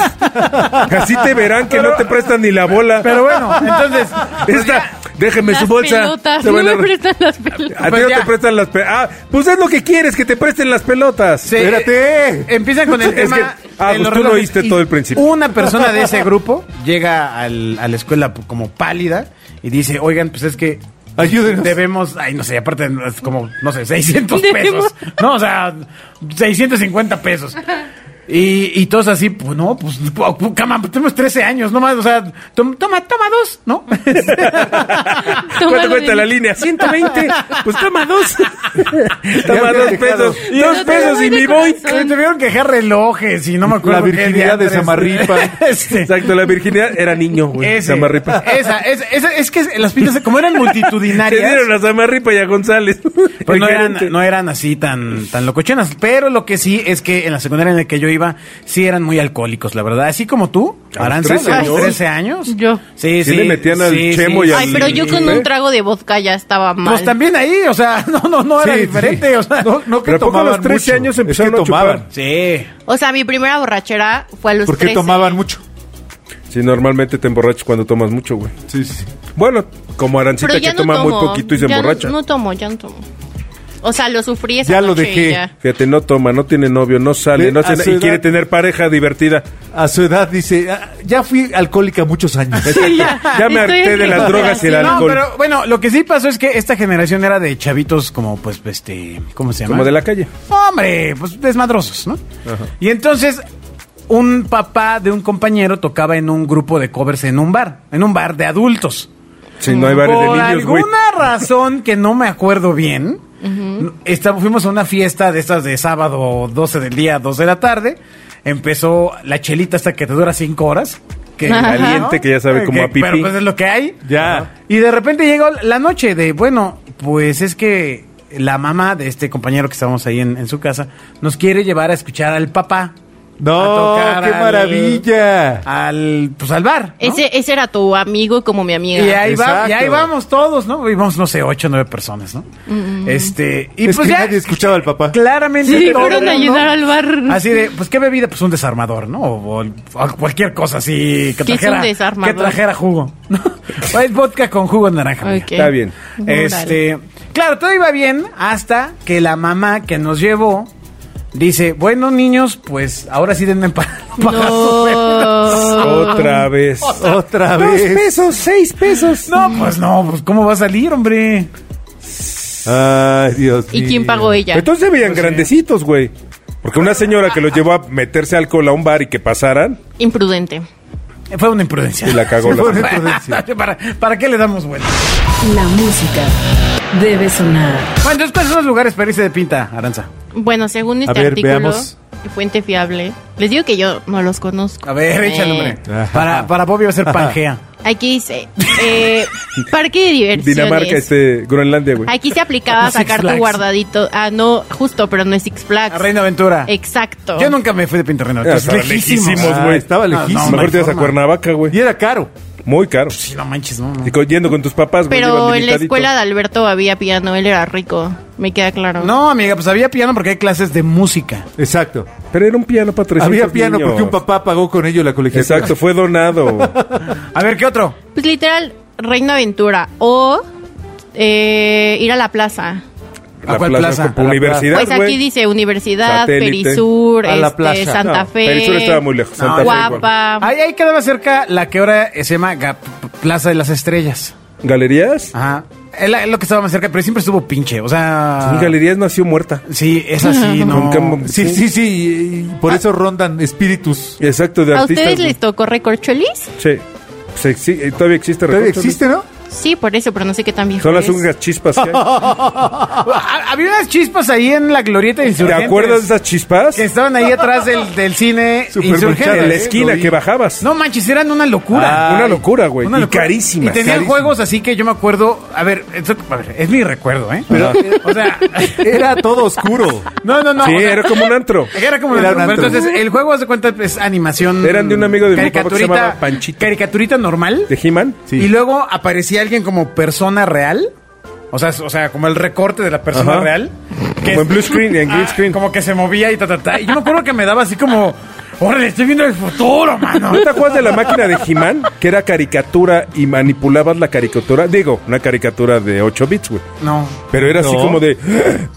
Speaker 4: Así te verán que no te prestan ni la bola.
Speaker 2: Pero bueno, pues entonces,
Speaker 4: Esta, déjeme
Speaker 3: Las
Speaker 4: su bolsa.
Speaker 3: pelotas.
Speaker 4: Te
Speaker 3: No
Speaker 4: van a
Speaker 3: me
Speaker 4: re-
Speaker 3: prestan las
Speaker 4: A
Speaker 3: pelotas.
Speaker 4: ti
Speaker 2: Pues
Speaker 4: no
Speaker 2: ya.
Speaker 4: te prestan las pelotas. Ah, pues es lo que quieres, que te presten las pelotas.
Speaker 2: se- eh,
Speaker 6: Espérate.
Speaker 2: empiezan con el
Speaker 4: [laughs] Es
Speaker 2: tema
Speaker 4: que, ah,
Speaker 2: de los
Speaker 4: pues, tú lo
Speaker 2: relojes,
Speaker 4: oíste
Speaker 2: y
Speaker 4: todo el principio.
Speaker 2: Una persona de
Speaker 4: [laughs]
Speaker 2: ese grupo llega al- a la escuela p- como pálida y dice, "Oigan, pues es que
Speaker 6: Ayúdenos.
Speaker 2: Debemos, ay, no sé, aparte es como, no sé, 600 pesos. No, o sea, 650 pesos. Y, y todos así, pues no, pues, pu- pu- cama, pues, tenemos 13 años, no más, o sea, tom- toma, toma dos, ¿no?
Speaker 4: [laughs] ¿Cuánto
Speaker 3: [laughs] Tómalo
Speaker 4: cuesta
Speaker 3: bien.
Speaker 4: Ah,
Speaker 3: [laughs]
Speaker 4: la línea? 120. Pues toma dos. toma
Speaker 2: había
Speaker 4: dos
Speaker 2: dejado.
Speaker 4: pesos.
Speaker 2: Y
Speaker 4: Dos
Speaker 3: yo te
Speaker 4: pesos
Speaker 3: voy
Speaker 4: y
Speaker 3: de
Speaker 4: me voy.
Speaker 3: corazón. Son-
Speaker 2: Tuvieron que dejar relojes y no me acuerdo
Speaker 6: La virginidad de
Speaker 2: diantres.
Speaker 6: Samarripa.
Speaker 2: [laughs] Este,
Speaker 4: Exacto, la virginidad era niño,
Speaker 2: [laughs]
Speaker 4: güey.
Speaker 2: ese,
Speaker 4: Samarripa.
Speaker 2: Esa, esa, esa- es que las pintas, como
Speaker 4: [laughs]
Speaker 2: eran
Speaker 4: Te dieron
Speaker 2: multitudinarias,
Speaker 4: a Samarripa y a González.
Speaker 2: [laughs] pues no
Speaker 4: El
Speaker 2: eran,
Speaker 4: gerente.
Speaker 2: no eran así tan, tan locochonas. Pero lo que sí es que en la secundaria en la que yo iba, sí eran muy alcohólicos, la verdad. Así como tú,
Speaker 4: A los
Speaker 2: Aranza,
Speaker 4: 13
Speaker 2: a los
Speaker 4: años.
Speaker 2: 13 años.
Speaker 3: Yo.
Speaker 2: Sí, sí.
Speaker 4: Sí le metían al chemo y al-
Speaker 3: Ay, pero yo con
Speaker 4: ¿Eh?
Speaker 3: un trago de vodka ya estaba mal.
Speaker 2: Pues también ahí, o sea, [laughs] no, no, no era
Speaker 6: Sí,
Speaker 2: diferente.
Speaker 6: sí.
Speaker 2: O sea,
Speaker 6: No, no que
Speaker 4: Pero ¿a poco a los
Speaker 6: tomaban
Speaker 4: 13
Speaker 6: mucho?
Speaker 4: años
Speaker 6: Es que
Speaker 4: empezaron a chupar?
Speaker 6: tomaban.
Speaker 2: Sí.
Speaker 3: O sea, mi primera borrachera fue a los
Speaker 6: Porque
Speaker 3: 13.
Speaker 6: tomaban mucho.
Speaker 4: Sí, normalmente te emborrachas cuando tomas mucho, güey.
Speaker 6: Sí, sí.
Speaker 4: Bueno, como
Speaker 3: Pero
Speaker 4: Arancita
Speaker 3: ya
Speaker 4: que
Speaker 3: no
Speaker 4: toma
Speaker 3: tomo.
Speaker 4: muy poquito y
Speaker 3: Ya
Speaker 4: se
Speaker 3: no-
Speaker 4: emborracha.
Speaker 3: No, tomo, ya no tomo. O sea, lo sufrí esa
Speaker 4: Ya lo
Speaker 3: noche y
Speaker 4: dejé.
Speaker 3: ya.
Speaker 4: Fíjate, no toma, no tiene novio, no sale,
Speaker 6: Le-
Speaker 4: no
Speaker 6: a
Speaker 4: hace
Speaker 6: su
Speaker 4: nada, y
Speaker 6: edad-
Speaker 4: quiere tener
Speaker 3: [laughs]
Speaker 4: pareja divertida.
Speaker 6: A su edad dice, "Ah, ya fui alcohólica muchos años.
Speaker 3: ya.
Speaker 4: Ya
Speaker 3: Estoy
Speaker 4: me harté
Speaker 3: en
Speaker 4: de las drogas y el
Speaker 3: recuperación.
Speaker 2: No,
Speaker 4: alcohol.
Speaker 2: pero bueno, lo que sí pasó es que esta generación era de chavitos como, pues, este, ¿cómo se llama?
Speaker 4: Como de la calle.
Speaker 2: Hombre, pues desmadrosos, ¿no? Y entonces un papá de un compañero tocaba en un grupo de covers en un bar, en un bar de adultos.
Speaker 4: Si no hay bares de
Speaker 2: Por
Speaker 4: niños, güey.
Speaker 2: alguna razón que no me acuerdo bien, está- fuimos a una fiesta de estas de sábado 12 del día, 2 de la tarde. Empezó la chelita hasta que te dura 5 horas. Que,
Speaker 4: Caliente, que ya sabe como a pipí.
Speaker 2: Pero pues es lo que hay.
Speaker 6: Ya.
Speaker 2: Y de repente llegó la noche de, bueno, pues es que la mamá de este compañero que estábamos ahí en, en su casa nos quiere llevar a escuchar al papá.
Speaker 6: No,
Speaker 2: A tocar
Speaker 6: qué
Speaker 2: al-
Speaker 6: maravilla.
Speaker 2: Al, pues al bar. ¿no?
Speaker 3: Ese, ese era tu amigo como mi
Speaker 2: Y
Speaker 3: amiga.
Speaker 2: ahí, va,
Speaker 6: Exacto.
Speaker 2: y ahí vamos todos, ¿no? Íbamos, no sé, ocho o nueve personas, ¿no? Este, y
Speaker 6: es
Speaker 2: pues
Speaker 6: que
Speaker 2: ya,
Speaker 6: nadie escuchaba al papá.
Speaker 2: claramente.
Speaker 3: Sí,
Speaker 2: todo
Speaker 3: fueron a
Speaker 2: mundo-
Speaker 3: ayudar al bar.
Speaker 2: Así de, pues, ¿qué bebida? Pues un desarmador, ¿no? O, o- o cualquier cosa así que
Speaker 3: ¿Qué es un
Speaker 2: trajera,
Speaker 3: desarmador?
Speaker 2: que trajera jugo. ¿no? [laughs] O es vodka con jugo de naranja. mira.
Speaker 3: Ok.
Speaker 4: Está bien.
Speaker 3: Órale.
Speaker 2: Este, claro, todo iba bien hasta que la mamá que nos llevó dice, bueno niños, pues ahora sí denme para, [laughs] para su bebida".
Speaker 3: No.
Speaker 4: Otra vez.
Speaker 6: Otra vez.
Speaker 4: Ah, pesos, seis pesos.
Speaker 2: No, pues no, pues cómo va a salir, hombre.
Speaker 6: Ay, Dios
Speaker 3: ¿Y
Speaker 6: mío. Pues
Speaker 3: quién pagó ella?
Speaker 4: Entonces se veían grandecitos, güey. Porque una señora que los llevó a meterse alcohol a un bar y que pasaran,
Speaker 3: [laughs] Imprudente.
Speaker 2: Fue una imprudencia.
Speaker 4: y la cagó la
Speaker 6: Fue una
Speaker 4: señora.
Speaker 6: imprudencia.
Speaker 2: [laughs] ¿Para, ¿Para qué le damos vuelta?
Speaker 1: La música debe sonar.
Speaker 2: Bueno, entonces, ¿cuáles son los lugares para irse de pinta, Aranza?
Speaker 3: Bueno, según este
Speaker 6: ver,
Speaker 3: artículo,
Speaker 6: veamos.
Speaker 3: fuente fiable, les digo que yo no los conozco.
Speaker 2: A ver,
Speaker 3: Eh,
Speaker 2: échale, hombre.
Speaker 6: Ajá.
Speaker 2: Para, para Bobby va a ser Pangea.
Speaker 3: Aquí dice, eh,
Speaker 4: [laughs]
Speaker 3: parque de diversiones.
Speaker 4: Dinamarca, este, Groenlandia, güey.
Speaker 3: Aquí se
Speaker 4: [laughs]
Speaker 3: aplicaba
Speaker 2: Six
Speaker 3: sacar tu
Speaker 2: Flags.
Speaker 3: guardadito. Ah, no, justo, pero no es Six
Speaker 2: A
Speaker 3: Flags.
Speaker 2: Reino Aventura.
Speaker 3: Exacto.
Speaker 2: Yo nunca me fui de pinta a Reino Aventura.
Speaker 4: Estaba
Speaker 2: Es lejísimos.
Speaker 4: lejísimos,
Speaker 6: Pues Ah,
Speaker 4: güey.
Speaker 6: estaba lejísimo.
Speaker 2: no, no hay
Speaker 4: Mejor te ibas a
Speaker 2: forma.
Speaker 4: Cuernavaca,
Speaker 6: Y
Speaker 4: güey.
Speaker 6: era caro.
Speaker 4: Muy caro.
Speaker 2: Sí, no manches, no. no.
Speaker 4: Y co- Yendo con tus papás, güey.
Speaker 3: Pero
Speaker 4: ibas
Speaker 3: en la
Speaker 4: limitadito.
Speaker 3: escuela de Alberto había piano, él era rico, me queda claro.
Speaker 2: No, amiga, pues había piano porque hay clases de música.
Speaker 6: Exacto.
Speaker 4: Pero era un piano para 300
Speaker 6: Había piano
Speaker 4: Pues niños.
Speaker 6: porque un papá pagó con ello la colegiatura.
Speaker 4: Exacto, fue
Speaker 6: [laughs]
Speaker 4: donado.
Speaker 2: A ver, ¿qué otro?
Speaker 3: Pues literal, Reino Aventura o eh, ir a la plaza.
Speaker 2: ¿A cuál plaza? A
Speaker 4: por
Speaker 2: la
Speaker 4: universidad,
Speaker 3: Pues aquí
Speaker 4: güey.
Speaker 3: dice Universidad,
Speaker 4: Satélite.
Speaker 3: Perisur,
Speaker 6: A la
Speaker 3: este,
Speaker 6: plaza.
Speaker 3: Santa
Speaker 4: No,
Speaker 3: Fe.
Speaker 4: Perisur estaba muy lejos, Santa
Speaker 2: Fe,
Speaker 3: Guapa.
Speaker 2: Ahí, ahí quedaba cerca la que ahora se llama Ga- Plaza de las Estrellas.
Speaker 4: ¿Galerías?
Speaker 2: Ajá. Es la- es lo que estaba más cerca, pero siempre estuvo pinche. O sea.
Speaker 6: Ah.
Speaker 4: Sí, Galerías nació muerta.
Speaker 2: Sí, es
Speaker 4: [laughs]
Speaker 2: así, no.
Speaker 4: Con cam-
Speaker 6: Sí, sí, sí. y- y
Speaker 4: Ah.
Speaker 6: por eso rondan espíritus.
Speaker 4: Exacto, de
Speaker 3: ¿A
Speaker 4: artistas.
Speaker 3: ustedes
Speaker 4: güey.
Speaker 3: les tocó Recorcholis?
Speaker 4: Sí. Se exi- eh, todavía existe.
Speaker 6: Todavía
Speaker 4: recortes,
Speaker 6: existe, ¿no?
Speaker 3: Sí, por eso, pero no sé qué tan
Speaker 4: güey.
Speaker 3: viejo
Speaker 4: Son las
Speaker 3: es.
Speaker 4: únicas chispas que hay.
Speaker 2: [laughs] Ah, Había unas chispas ahí en la glorieta de
Speaker 4: ¿Te
Speaker 2: Insurgentes.
Speaker 4: acuerdas de esas chispas?
Speaker 2: Que estaban ahí atrás del, del cine
Speaker 6: Súper
Speaker 2: Insurgentes.
Speaker 6: manchadas,
Speaker 4: En la
Speaker 6: eh,
Speaker 4: esquina
Speaker 6: lo vi.
Speaker 4: que bajabas.
Speaker 2: No manches, eran una locura.
Speaker 4: Ah, una locura, güey.
Speaker 2: Una
Speaker 4: Y
Speaker 2: locura.
Speaker 4: carísimas.
Speaker 2: Y tenían
Speaker 4: Carísimas.
Speaker 2: juegos así que yo me acuerdo. A ver, esto- a ver, es mi recuerdo, ¿eh?
Speaker 6: Pero-
Speaker 2: o sea. [laughs]
Speaker 6: Era todo oscuro.
Speaker 2: No, no, no.
Speaker 4: sí,
Speaker 2: o sea,
Speaker 4: era como un antro.
Speaker 2: [laughs] Era como
Speaker 6: Era
Speaker 2: una-
Speaker 6: un
Speaker 2: pero
Speaker 6: antro.
Speaker 2: entonces el juego haz de cuenta es animación.
Speaker 4: Eran de un amigo de mi papá que se
Speaker 2: caricaturita,
Speaker 4: llamaba Panchito.
Speaker 2: Caricaturita normal.
Speaker 4: ¿De He-Man?
Speaker 6: Sí.
Speaker 2: Y luego aparecía alguien como persona real. O sea, o sea, como el recorte de la persona
Speaker 4: Ajá.
Speaker 2: real.
Speaker 4: Como en blue screen, en green
Speaker 2: Ah,
Speaker 4: screen.
Speaker 2: Como que se movía y ta, ta, ta. Y yo me acuerdo que me daba así como, órale, estoy viendo el futuro, mano.
Speaker 4: ¿No te acuerdas de la máquina de He-Man? Que era caricatura y manipulabas la caricatura. Digo, una caricatura de 8 bits, güey.
Speaker 2: No.
Speaker 4: Pero era así
Speaker 6: No.
Speaker 4: como de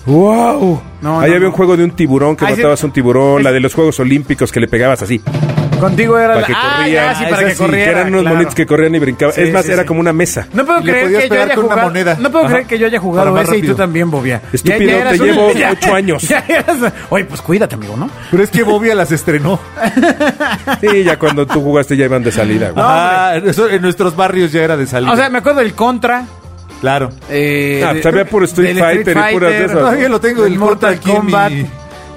Speaker 4: ¡Wow!
Speaker 2: No,
Speaker 4: Ahí
Speaker 2: no,
Speaker 4: había
Speaker 2: no.
Speaker 4: un juego de un tiburón que
Speaker 2: Ahí sí-
Speaker 4: matabas un tiburón, la de los Juegos Olímpicos que le pegabas así.
Speaker 2: Contigo era
Speaker 4: Para
Speaker 2: la...
Speaker 4: que
Speaker 2: Ah,
Speaker 4: corría.
Speaker 2: ya, sí, para
Speaker 4: Esa
Speaker 2: que
Speaker 4: sí,
Speaker 2: corriera,
Speaker 4: eran unos
Speaker 2: claro.
Speaker 4: monitos que corrían y brincaban.
Speaker 2: Sí,
Speaker 4: es más,
Speaker 2: sí,
Speaker 4: era
Speaker 2: sí.
Speaker 4: como
Speaker 2: [laughs]
Speaker 4: una mesa.
Speaker 2: No puedo
Speaker 6: Le
Speaker 2: creer
Speaker 6: podías
Speaker 2: que yo
Speaker 6: pegar
Speaker 2: haya
Speaker 6: con una
Speaker 2: jugado.
Speaker 6: moneda.
Speaker 2: No puedo
Speaker 6: Ajá.
Speaker 2: creer que yo haya
Speaker 6: Para
Speaker 2: jugado
Speaker 6: más
Speaker 2: ese y
Speaker 6: rápido.
Speaker 2: tú también, Bobia.
Speaker 4: Estúpido,
Speaker 2: eras
Speaker 4: te llevo ocho años.
Speaker 2: [laughs] ya eras- Oye, pues cuídate, amigo, ¿no?
Speaker 6: Pero es que Bobia las estrenó.
Speaker 4: Sí, ya cuando tú jugaste ya iban de salida, güey.
Speaker 6: Ah, eso en nuestros barrios ya era de salida.
Speaker 2: O sea, me acuerdo del contra.
Speaker 6: claro.
Speaker 2: Eh,
Speaker 4: Ah,
Speaker 2: de-
Speaker 4: pues había puro Street
Speaker 2: del
Speaker 4: Fighter y puras de esas.
Speaker 6: Todavía lo tengo,
Speaker 2: del
Speaker 6: el
Speaker 2: Mortal
Speaker 6: corta aquí en
Speaker 2: Kombat.
Speaker 6: mi-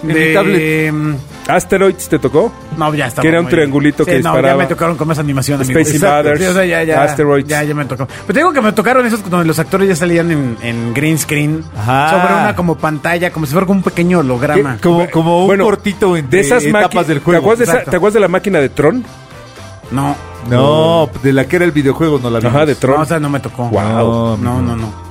Speaker 6: en
Speaker 2: de-
Speaker 6: mi tablet.
Speaker 4: ¿Asteroids te tocó?
Speaker 2: No, ya estaba.
Speaker 4: Que era un
Speaker 2: muy-
Speaker 4: triangulito que
Speaker 2: no,
Speaker 4: disparaba.
Speaker 2: ya me tocaron con más animaciones.
Speaker 4: Space Invaders,
Speaker 2: o sea, ya, ya,
Speaker 4: Asteroids.
Speaker 2: Ya, ya me tocó. Pero te digo que me tocaron esos donde los actores ya salían en, en green screen.
Speaker 6: Ajá.
Speaker 2: Sobre una como pantalla, como si fuera como un pequeño holograma.
Speaker 6: Eh, Como, como un
Speaker 4: Bueno,
Speaker 6: cortito entre
Speaker 4: De esas
Speaker 6: etapas
Speaker 4: máquinas.
Speaker 6: del
Speaker 4: ¿Te,
Speaker 6: juego.
Speaker 4: acuerdas de esa-
Speaker 2: exacto.
Speaker 4: te acuerdas de la máquina de Tron?
Speaker 2: No.
Speaker 6: No, de la que era el videojuego no la vimos.
Speaker 4: Ajá, de Tron.
Speaker 2: No, o sea, no me tocó.
Speaker 4: Wow.
Speaker 2: No, no, no.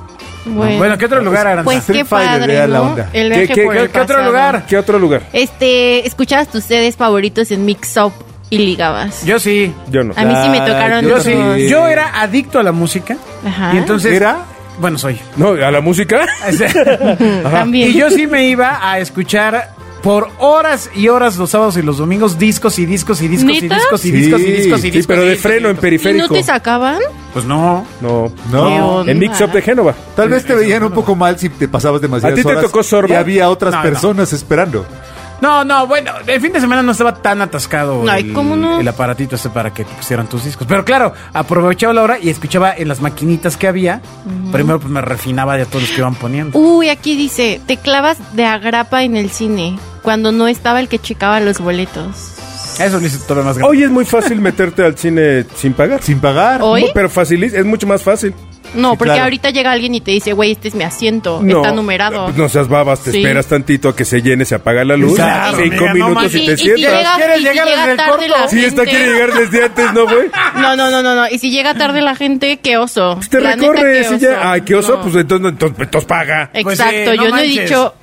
Speaker 3: Bueno,
Speaker 2: Bueno, ¿qué otro lugar, Aranza?
Speaker 3: pues qué
Speaker 6: Street Fighter,
Speaker 3: padre,
Speaker 6: vea la
Speaker 3: ¿no?
Speaker 6: onda.
Speaker 3: El
Speaker 4: ¿Qué-
Speaker 3: viaje
Speaker 4: qué-
Speaker 3: por el
Speaker 2: qué otro
Speaker 3: pasado.
Speaker 2: lugar?
Speaker 4: ¿Qué otro lugar?
Speaker 3: Este, escuchabas tus sedes favoritos en Mix Up y ligabas.
Speaker 2: Yo sí.
Speaker 4: Yo no.
Speaker 3: a mí sí me
Speaker 6: Ah,
Speaker 3: tocaron
Speaker 2: Yo
Speaker 3: los
Speaker 2: sí.
Speaker 3: [laughs] dos.
Speaker 6: Eh.
Speaker 2: Yo era adicto a la música.
Speaker 3: Ajá.
Speaker 2: Y entonces.
Speaker 6: ¿Era?
Speaker 2: Bueno, soy.
Speaker 4: No, a la música.
Speaker 2: [laughs]
Speaker 3: También.
Speaker 2: Y yo sí me iba a escuchar por horas y horas los sábados y los domingos discos y discos y discos y
Speaker 3: ¿Neta?
Speaker 2: discos y discos y
Speaker 4: Sí,
Speaker 2: discos y
Speaker 4: sí,
Speaker 2: discos.
Speaker 4: pero
Speaker 2: y
Speaker 4: de
Speaker 2: discos y
Speaker 4: freno en
Speaker 2: discos.
Speaker 3: ¿Y no
Speaker 4: periférico.
Speaker 3: te sacaban?
Speaker 2: Pues no.
Speaker 4: No,
Speaker 3: Qué
Speaker 6: No.
Speaker 3: onda.
Speaker 4: en Mix Up de Génova.
Speaker 6: Tal vez te veían un poco mal si te pasabas demasiadas
Speaker 4: ¿A ti te
Speaker 6: horas
Speaker 4: tocó sorbo?
Speaker 6: Y había otras
Speaker 2: No, no.
Speaker 6: personas esperando.
Speaker 2: No, no, bueno, el fin de semana no estaba tan atascado
Speaker 3: Ay,
Speaker 2: el,
Speaker 3: ¿cómo no?
Speaker 2: el aparatito ese para que te pusieran tus discos. Pero claro, aprovechaba la hora y escuchaba en las maquinitas que había. Primero pues me refinaba ya todos los que iban poniendo.
Speaker 3: Uy, aquí dice, te clavas de agrapa en el cine, cuando no estaba el que checaba los boletos.
Speaker 2: Eso lo hice todavía más grande.
Speaker 4: Hoy es muy fácil meterte al cine sin pagar.
Speaker 6: Sin pagar.
Speaker 3: Oh. ¿Hoy?
Speaker 4: Mu- Pero fácil, es mucho más fácil.
Speaker 3: No,
Speaker 6: Sí,
Speaker 3: porque
Speaker 6: claro.
Speaker 3: ahorita llega alguien y te dice, güey, este es mi asiento,
Speaker 4: No,
Speaker 3: está numerado.
Speaker 4: No seas babas, te
Speaker 3: Sí.
Speaker 4: esperas tantito a que se llene, se apaga la luz.
Speaker 2: Claro,
Speaker 4: cinco
Speaker 2: mira, no
Speaker 4: minutos
Speaker 2: manches.
Speaker 4: y te
Speaker 3: Y si
Speaker 4: sientas.
Speaker 3: llega-
Speaker 2: ¿Quieres
Speaker 3: y si
Speaker 2: llegar
Speaker 3: llega
Speaker 2: desde el
Speaker 3: tarde
Speaker 2: corto?
Speaker 3: la
Speaker 4: Sí, esta
Speaker 3: gente-
Speaker 4: quiere llegar desde antes,
Speaker 3: [laughs]
Speaker 4: ¿no, güey?
Speaker 3: No, no, no, no, no. Y si llega tarde la gente, qué oso.
Speaker 4: Te
Speaker 3: La neta,
Speaker 4: recorres
Speaker 3: qué
Speaker 4: y ya.
Speaker 3: oso.
Speaker 4: Ay, qué oso,
Speaker 3: No.
Speaker 4: pues entonces, entonces, entonces paga.
Speaker 3: Exacto,
Speaker 2: Pues sí, no
Speaker 3: yo no he
Speaker 2: manches.
Speaker 3: dicho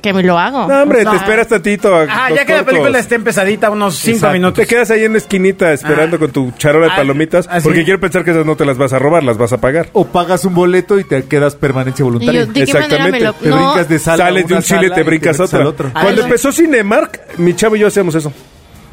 Speaker 3: que me lo hago.
Speaker 4: No, hombre,
Speaker 3: O sea,
Speaker 4: te esperas tantito. A
Speaker 2: Ah,
Speaker 4: los
Speaker 2: ya que la
Speaker 4: cortos.
Speaker 2: película esté empezadita unos cinco
Speaker 4: Exacto.
Speaker 2: minutos.
Speaker 4: Te quedas ahí en la esquinita esperando
Speaker 2: Ah.
Speaker 4: con tu charola de
Speaker 2: Ah,
Speaker 4: palomitas.
Speaker 2: así.
Speaker 4: Porque quiero pensar que esas no te las vas a robar, las vas a pagar.
Speaker 6: O pagas un boleto y te quedas
Speaker 3: y
Speaker 6: permanencia
Speaker 3: yo,
Speaker 6: voluntaria.
Speaker 3: ¿De qué manera me lo.?
Speaker 4: Exactamente.
Speaker 6: Te
Speaker 3: No,
Speaker 6: brincas de sala. a
Speaker 4: Sales de
Speaker 6: una
Speaker 4: un chile,
Speaker 6: sala
Speaker 4: te
Speaker 6: y
Speaker 4: brincas otra.
Speaker 6: al otro.
Speaker 4: Cuando
Speaker 2: Ay,
Speaker 4: empezó Cinemark, mi chavo y yo hacíamos eso.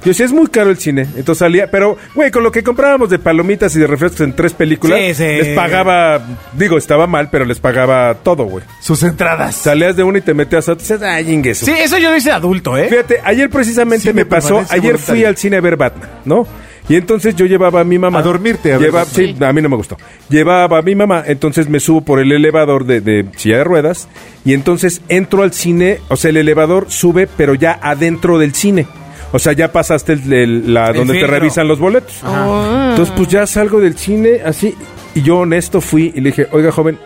Speaker 4: Yo sí, es muy caro el cine. Entonces salía, pero, güey, con lo que comprábamos de palomitas y de refrescos en tres películas,
Speaker 2: Sí, sí.
Speaker 4: les pagaba, digo, estaba mal, pero les pagaba todo, güey.
Speaker 6: Sus entradas.
Speaker 4: Salías de uno y te metías a otro y dices, ay, ingueso.
Speaker 2: Sí, eso yo lo hice de adulto, ¿eh?
Speaker 4: Fíjate, ayer precisamente
Speaker 6: Cine
Speaker 4: me pasó,
Speaker 6: permanencia
Speaker 4: ayer
Speaker 6: voluntaria.
Speaker 4: fui al cine a ver Batman, ¿no? Y entonces yo llevaba a mi mamá.
Speaker 6: A dormirte, a ver
Speaker 4: Lleva-
Speaker 6: Batman.
Speaker 4: sí, a mí no me gustó. Llevaba a mi mamá, entonces me subo por el elevador de, de silla de ruedas y entonces entro al cine, o sea, el elevador sube, pero ya adentro del cine. O sea, ya pasaste el- el- la,
Speaker 2: El
Speaker 4: donde te
Speaker 2: filtro.
Speaker 4: revisan los boletos.
Speaker 3: Oh.
Speaker 4: Entonces, pues ya salgo del cine así y yo honesto fui y le dije, oiga, joven,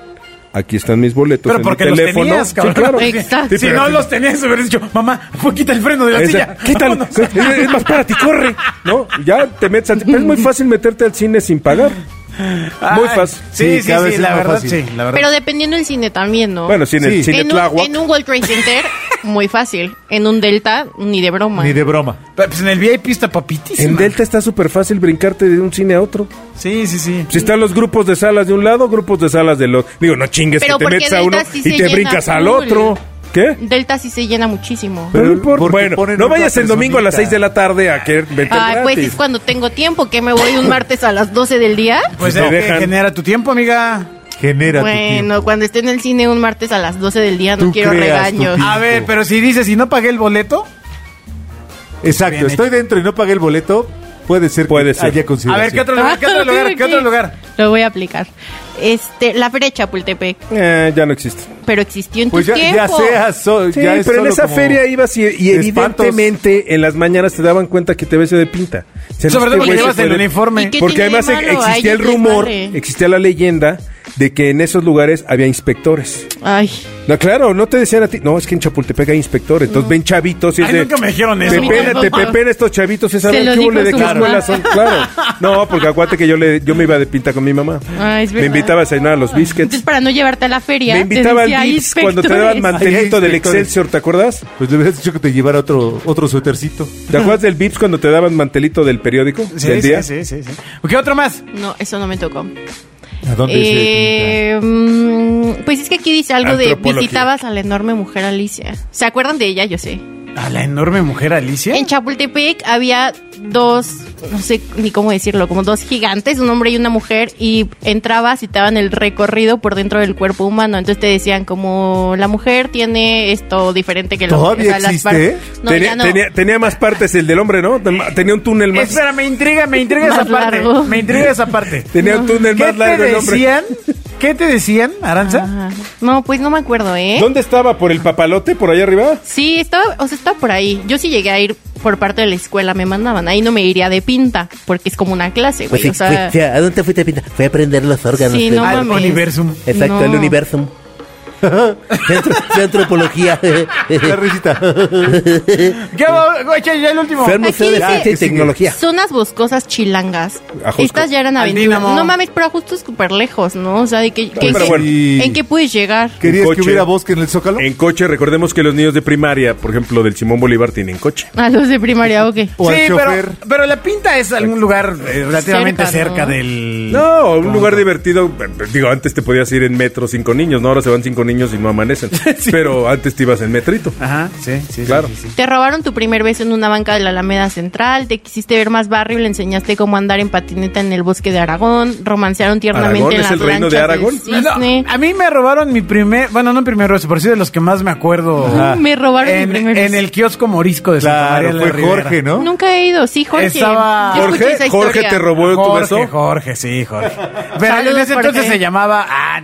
Speaker 4: aquí están mis boletos.
Speaker 2: Pero
Speaker 4: en mi
Speaker 2: porque los
Speaker 4: teléfono".
Speaker 2: tenías,
Speaker 4: Sí,
Speaker 2: cabrón.
Speaker 4: claro.
Speaker 3: Exacto.
Speaker 4: Sí,
Speaker 2: Si
Speaker 4: pero-
Speaker 2: no los tenías, hubieras dicho, mamá, pues quita el freno de la silla.
Speaker 4: Esa- quítalo.
Speaker 2: vámonos".
Speaker 4: Es, es más, párate, y corre. ¿No? Ya te metes al- pero es muy fácil meterte al cine sin pagar. Muy
Speaker 2: Ay,
Speaker 4: fácil.
Speaker 2: Sí,
Speaker 6: Sí,
Speaker 2: sí,
Speaker 6: cada
Speaker 2: sí,
Speaker 6: vez es
Speaker 2: la
Speaker 6: más
Speaker 2: verdad,
Speaker 6: fácil.
Speaker 2: sí, la verdad.
Speaker 3: Pero dependiendo del cine también, ¿no?
Speaker 4: Bueno, cine,
Speaker 6: Sí.
Speaker 4: cine
Speaker 3: en, un,
Speaker 4: Tláhuac.
Speaker 3: en un World Trade
Speaker 4: [laughs]
Speaker 3: Center, muy fácil. En un Delta, ni de broma.
Speaker 6: Ni de broma.
Speaker 2: Pero, Pues en el VIP está papitísima.
Speaker 4: En Delta está súper fácil brincarte de un cine a otro.
Speaker 2: Sí, sí, sí.
Speaker 4: Si están los grupos de salas de un lado, grupos de salas del otro. Digo, no chingues
Speaker 3: Pero
Speaker 4: que te
Speaker 3: porque
Speaker 4: metes a
Speaker 3: Delta
Speaker 4: uno
Speaker 3: sí se
Speaker 4: y te
Speaker 3: llena
Speaker 4: brincas al
Speaker 3: full.
Speaker 4: otro. ¿Qué?
Speaker 3: Delta sí se llena muchísimo.
Speaker 6: Pero
Speaker 4: No importa.
Speaker 6: porque
Speaker 4: Bueno,
Speaker 6: ponen
Speaker 4: no
Speaker 6: una
Speaker 4: vayas el domingo a las
Speaker 6: personita.
Speaker 4: 6 de la tarde a querer meter
Speaker 3: Ay, pues
Speaker 4: gratis.
Speaker 3: es cuando tengo tiempo, que me voy un martes a las 12 del día.
Speaker 2: Pues
Speaker 4: Si
Speaker 2: es
Speaker 4: te
Speaker 2: que
Speaker 4: dejan-
Speaker 2: genera tu tiempo, amiga.
Speaker 6: Genera tu tiempo.
Speaker 3: Bueno, cuando esté en el cine un martes a las 12 del día, no
Speaker 6: Tú
Speaker 3: quiero
Speaker 6: creas tu
Speaker 3: regaños.
Speaker 6: tiempo.
Speaker 2: A ver, pero si dices, si no pagué el boleto,
Speaker 6: Exacto.
Speaker 2: Bien
Speaker 6: Estoy dentro y no pagué el boleto. Puede ser
Speaker 4: Puede
Speaker 6: que
Speaker 4: ser.
Speaker 6: haya
Speaker 2: a
Speaker 6: consideración.
Speaker 2: ver, ¿qué otro lugar? Ah, ¿Qué
Speaker 3: Ah,
Speaker 2: otro lugar? ¿Qué otro lugar?
Speaker 3: Lo voy a aplicar. Este, la feria de Chapultepec,
Speaker 4: Eh, ya no existe.
Speaker 3: pero existió en
Speaker 6: Pues
Speaker 3: tus
Speaker 6: ya, ya
Speaker 3: tiempos.
Speaker 6: sea, so-
Speaker 4: Sí,
Speaker 6: ya es
Speaker 4: pero en
Speaker 6: solo
Speaker 4: esa
Speaker 6: como
Speaker 4: feria ibas y, y
Speaker 6: espantos.
Speaker 4: evidentemente en las mañanas te daban cuenta que te ves de pinta. Se
Speaker 2: Sobre todo porque
Speaker 4: este güey se
Speaker 2: llevas
Speaker 4: fue
Speaker 2: el
Speaker 4: de-
Speaker 2: uniforme.
Speaker 3: ¿Y qué
Speaker 4: Porque
Speaker 3: tiene de
Speaker 4: además e-
Speaker 3: malo? Ay,
Speaker 4: existía
Speaker 3: yo
Speaker 4: el
Speaker 3: les
Speaker 4: rumor,
Speaker 3: vale.
Speaker 4: existía la leyenda de que en esos lugares había inspectores.
Speaker 3: Ay,
Speaker 4: No, claro, no te decían a ti, no, es que en Chapultepec hay inspectores,
Speaker 3: Mm.
Speaker 4: entonces ven chavitos y es
Speaker 2: Ay,
Speaker 4: de,
Speaker 2: nunca me dijeron
Speaker 4: te
Speaker 2: eso.
Speaker 4: pena, te
Speaker 3: tampoco.
Speaker 4: pepena estos chavitos, es
Speaker 3: Se
Speaker 4: a ver
Speaker 3: lo
Speaker 4: qué
Speaker 3: dijo
Speaker 4: hule de
Speaker 3: su
Speaker 4: qué
Speaker 3: mamá.
Speaker 4: escuela son,
Speaker 3: [laughs]
Speaker 4: claro. No, porque acuérdate que yo le, yo me iba de pinta con mi mamá.
Speaker 3: Ay, es
Speaker 4: me
Speaker 3: verdad.
Speaker 4: invitaba a cenar a los biscuits.
Speaker 3: entonces para no llevarte a la feria,
Speaker 4: Me invitaba
Speaker 3: te
Speaker 4: al
Speaker 3: decía, "Ay,
Speaker 4: Vips cuando te
Speaker 3: inspectores".
Speaker 4: daban mantelito del
Speaker 6: inspectores.
Speaker 4: Excelsior, ¿te acuerdas?
Speaker 6: Pues le hubieras dicho que te llevara otro, otro suétercito.
Speaker 4: ¿Te acuerdas del Vips cuando te daban mantelito del periódico?
Speaker 2: Sí,
Speaker 4: del día.
Speaker 2: sí, sí, sí, sí. ¿Qué otro más?
Speaker 3: No, eso no me tocó.
Speaker 6: ¿A dónde dice?
Speaker 3: Eh, mm, pues es que aquí dice algo de
Speaker 4: Antropología.
Speaker 3: visitabas a la enorme mujer Alicia. ¿Se acuerdan de ella? Yo sé.
Speaker 2: A la enorme mujer Alicia.
Speaker 3: En Chapultepec había dos, no sé ni cómo decirlo, como dos gigantes, un hombre y una mujer, y entrabas y te daban el recorrido por dentro del cuerpo humano. Entonces te decían como la mujer tiene esto diferente que el hombre.
Speaker 6: ¿Todavía
Speaker 3: las par-
Speaker 6: existe?
Speaker 3: No,
Speaker 4: tenía,
Speaker 3: ya no.
Speaker 4: tenía- tenía más partes el del hombre, ¿no? Tenía un túnel más.
Speaker 2: Espera, me intriga, me intriga
Speaker 3: Más
Speaker 2: esa parte.
Speaker 3: largo.
Speaker 2: Me intriga esa
Speaker 4: [laughs]
Speaker 2: parte.
Speaker 4: Tenía un túnel
Speaker 2: ¿Qué
Speaker 4: más
Speaker 2: te
Speaker 4: largo el hombre.
Speaker 2: decían? ¿Qué te decían, Aranza?
Speaker 3: Ajá. No, pues no me acuerdo, ¿eh?
Speaker 4: ¿Dónde estaba? ¿Por el papalote? ¿Por allá arriba?
Speaker 3: Sí, estaba, o sea, estaba por ahí. Yo sí llegué a ir por parte de la escuela, me mandaban. Ahí no me iría de pinta, porque es como una clase, güey.
Speaker 7: Pues sí,
Speaker 3: o sea,
Speaker 7: fui- fui a- ¿A dónde fuiste, Pinta? Fui a prender los órganos.
Speaker 3: Sí,
Speaker 7: del-
Speaker 3: no
Speaker 2: Al
Speaker 3: mames.
Speaker 2: Universum.
Speaker 7: Exacto, el
Speaker 3: No.
Speaker 7: universo. [laughs] Centro,
Speaker 3: [laughs]
Speaker 7: antropología.
Speaker 6: La risita.
Speaker 2: Ya, va, güey, ya, ya el último.
Speaker 7: Fue al Museo de
Speaker 3: dice-
Speaker 7: Ciencia y
Speaker 4: sigue.
Speaker 7: Tecnología.
Speaker 3: Zonas boscosas chilangas.
Speaker 4: Ajusco.
Speaker 3: Estas ya eran
Speaker 2: Al
Speaker 3: aventuras.
Speaker 2: Dínamo.
Speaker 3: No mames, pero justo es súper lejos, ¿no? O sea, de que, que-
Speaker 4: pero
Speaker 3: que-
Speaker 4: bueno.
Speaker 3: ¿en qué puedes llegar?
Speaker 6: ¿Querías
Speaker 4: coche.
Speaker 6: que hubiera bosque en el Zócalo?
Speaker 4: En coche, recordemos que los niños de primaria, por ejemplo, del Simón Bolívar, tienen coche.
Speaker 3: A los de primaria, ok.
Speaker 6: O al
Speaker 2: sí,
Speaker 6: chofer.
Speaker 2: pero, pero la pinta es algún lugar eh, relativamente
Speaker 3: Cerca,
Speaker 2: cerca,
Speaker 3: ¿no?
Speaker 2: del.
Speaker 4: No, un lugar divertido. Digo, antes te podías ir en metro cinco niños, ¿no? Ahora se van cinco niños y
Speaker 2: [laughs]
Speaker 4: no amanecen. Pero antes te ibas en metrito.
Speaker 2: Ajá, sí, Ah, sí, sí,
Speaker 4: Claro.
Speaker 2: sí, sí.
Speaker 3: Te robaron tu primer beso en una banca de la Alameda Central, te quisiste ver más barrio y le enseñaste cómo andar en patineta en el bosque de Aragón, romancearon tiernamente
Speaker 4: ¿Aragón
Speaker 3: en
Speaker 4: es
Speaker 3: las
Speaker 4: el reino de
Speaker 3: lanchas
Speaker 4: Aragón?
Speaker 3: del cisne.
Speaker 2: No, a mí me robaron mi primer, bueno, no mi primer beso, pero sí de los que más me acuerdo.
Speaker 3: Ajá. Me robaron mi
Speaker 2: en,
Speaker 3: primer beso.
Speaker 2: En el kiosco morisco de Santa María
Speaker 6: Claro,
Speaker 2: de la
Speaker 6: fue
Speaker 2: Ribera.
Speaker 6: Jorge, ¿no?
Speaker 3: Nunca he ido, sí, Jorge.
Speaker 2: Estaba-
Speaker 3: Yo escuché
Speaker 4: Jorge,
Speaker 3: esa
Speaker 4: Jorge
Speaker 3: historia.
Speaker 4: te robó tu
Speaker 2: Jorge,
Speaker 4: beso.
Speaker 2: Jorge, sí, Jorge. Pero
Speaker 3: Saludos,
Speaker 2: en ese entonces
Speaker 3: Jorge.
Speaker 2: se llamaba. Ah,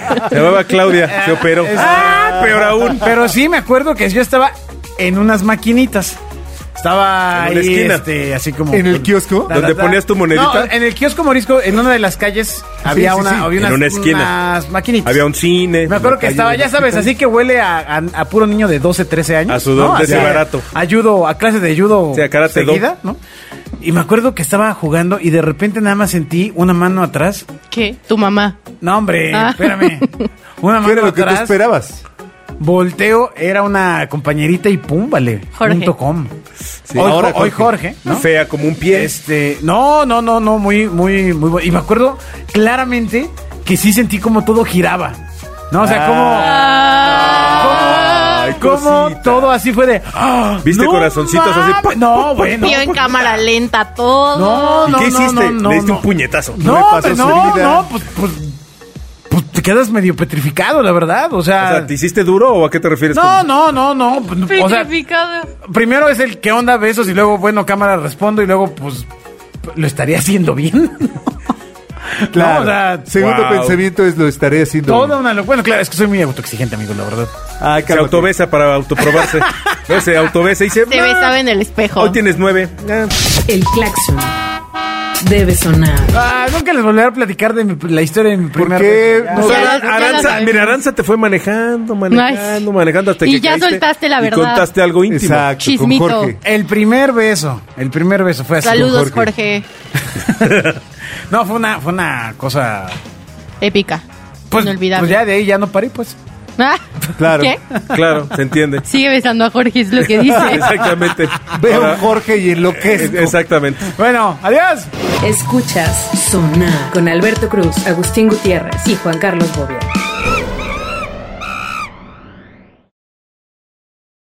Speaker 3: [laughs]
Speaker 2: no.
Speaker 4: Se llamaba Claudia, se operó.
Speaker 2: Ah, peor aún. Pero sí me acuerdo que yo estaba en unas maquinitas. Estaba
Speaker 4: En una
Speaker 2: ahí,
Speaker 4: esquina.
Speaker 2: este, así como.
Speaker 6: ¿En el kiosco?
Speaker 4: ¿Donde ponías tu monedita?
Speaker 2: No, en el kiosco morisco, en una de las calles, había,
Speaker 6: sí,
Speaker 2: una,
Speaker 6: sí.
Speaker 2: había
Speaker 4: En
Speaker 2: unas,
Speaker 4: una esquina.
Speaker 2: unas maquinitas.
Speaker 4: Había un cine.
Speaker 2: Me acuerdo que
Speaker 4: una
Speaker 2: estaba,
Speaker 4: calle.
Speaker 2: ya sabes, así que huele a, a- a puro niño de 12, 13 años.
Speaker 4: A sudor de
Speaker 2: Así
Speaker 4: ese barato.
Speaker 2: A judo, a clase de judo.
Speaker 4: Sí, a karate do.
Speaker 2: seguida, ¿no? Y me acuerdo que estaba jugando y de repente nada más sentí una mano atrás.
Speaker 3: ¿Qué? Tu mamá.
Speaker 2: No, hombre,
Speaker 3: Ah.
Speaker 2: espérame. Una
Speaker 6: ¿Qué
Speaker 2: mano
Speaker 6: era lo que tú
Speaker 2: atrás.
Speaker 6: esperabas?
Speaker 2: volteo, era una compañerita y pum, vale.
Speaker 3: Jorge.
Speaker 2: Punto com.
Speaker 4: Sí.
Speaker 2: hoy,
Speaker 4: Ahora
Speaker 2: hoy Jorge, ¿no?
Speaker 4: Fea como un pie.
Speaker 2: Este, no, no, no, no, muy, muy, muy bueno. Y me acuerdo claramente que sí sentí como todo giraba. No, o sea, como.
Speaker 4: Ay,
Speaker 2: como
Speaker 4: cosita.
Speaker 2: todo así fue de. ¡ah!
Speaker 4: ¿Viste corazoncitos así?
Speaker 2: mames! No, bueno. pues,
Speaker 3: Vio en cámara lenta todo.
Speaker 2: No,
Speaker 4: ¿Y
Speaker 2: no,
Speaker 4: qué
Speaker 2: no,
Speaker 4: hiciste?
Speaker 2: no, no,
Speaker 4: Le diste
Speaker 2: no.
Speaker 4: un puñetazo.
Speaker 2: No,
Speaker 6: Le pasó
Speaker 2: hombre,
Speaker 6: su
Speaker 2: no,
Speaker 6: vida.
Speaker 2: no, pues, pues, pues te quedas medio petrificado, la verdad. O
Speaker 4: O
Speaker 2: sea.
Speaker 4: sea, ¿te hiciste duro o a qué te refieres?
Speaker 2: no,
Speaker 4: con-
Speaker 2: no, no, no. pues, no, O sea,
Speaker 3: Petrificado.
Speaker 2: primero es el qué onda, besos, y luego, bueno, cámara, respondo, y luego, pues, lo estaría haciendo bien. [laughs]
Speaker 6: Claro.
Speaker 2: No, o sea,
Speaker 6: Segundo
Speaker 4: wow.
Speaker 6: pensamiento es lo estaré haciendo.
Speaker 2: Toda una locura. Bueno, claro, es que soy muy autoexigente, amigo, la verdad.
Speaker 6: Ay,
Speaker 4: Se
Speaker 6: cálmate.
Speaker 4: autobesa para autoprobarse.
Speaker 2: [laughs]
Speaker 4: no, se autobesa y se...
Speaker 3: Se besaba en el espejo.
Speaker 4: Hoy tienes nueve.
Speaker 2: Eh,
Speaker 4: Ah,
Speaker 2: pues,
Speaker 1: El claxon debe sonar.
Speaker 2: Ah, nunca les volveré a platicar de mi- la historia de mi
Speaker 6: ¿Por
Speaker 2: primer
Speaker 6: qué?
Speaker 2: beso.
Speaker 6: No,
Speaker 4: Pues
Speaker 3: Ya la-
Speaker 4: Aran-
Speaker 3: ya la
Speaker 4: Aranza,
Speaker 3: sabemos.
Speaker 4: mira, Aranza te fue manejando, manejando,
Speaker 3: Ay.
Speaker 4: manejando hasta que
Speaker 3: Y ya
Speaker 4: caíste
Speaker 3: soltaste la
Speaker 4: Y
Speaker 3: verdad.
Speaker 4: contaste algo íntimo.
Speaker 6: Exacto,
Speaker 3: Chismito.
Speaker 6: con Jorge.
Speaker 2: El primer beso, el primer beso fue así.
Speaker 3: Saludos, Jorge.
Speaker 2: [laughs] No, fue una, fue una cosa.
Speaker 3: Épica.
Speaker 2: Pues,
Speaker 3: Inolvidable.
Speaker 2: pues ya de ahí ya no paré, pues.
Speaker 3: Ah,
Speaker 6: Claro.
Speaker 3: [laughs] ¿Qué?
Speaker 4: Claro, se entiende.
Speaker 3: Sigue besando a Jorge, es lo que
Speaker 4: [laughs]
Speaker 3: dice.
Speaker 4: Exactamente.
Speaker 6: Veo
Speaker 4: Ahora-
Speaker 6: a Jorge y enloquezco.
Speaker 4: Eh, Exactamente.
Speaker 2: [laughs] Bueno, adiós.
Speaker 1: Escuchas Sonar con Alberto Cruz, Agustín Gutiérrez y Juan Carlos Bobia.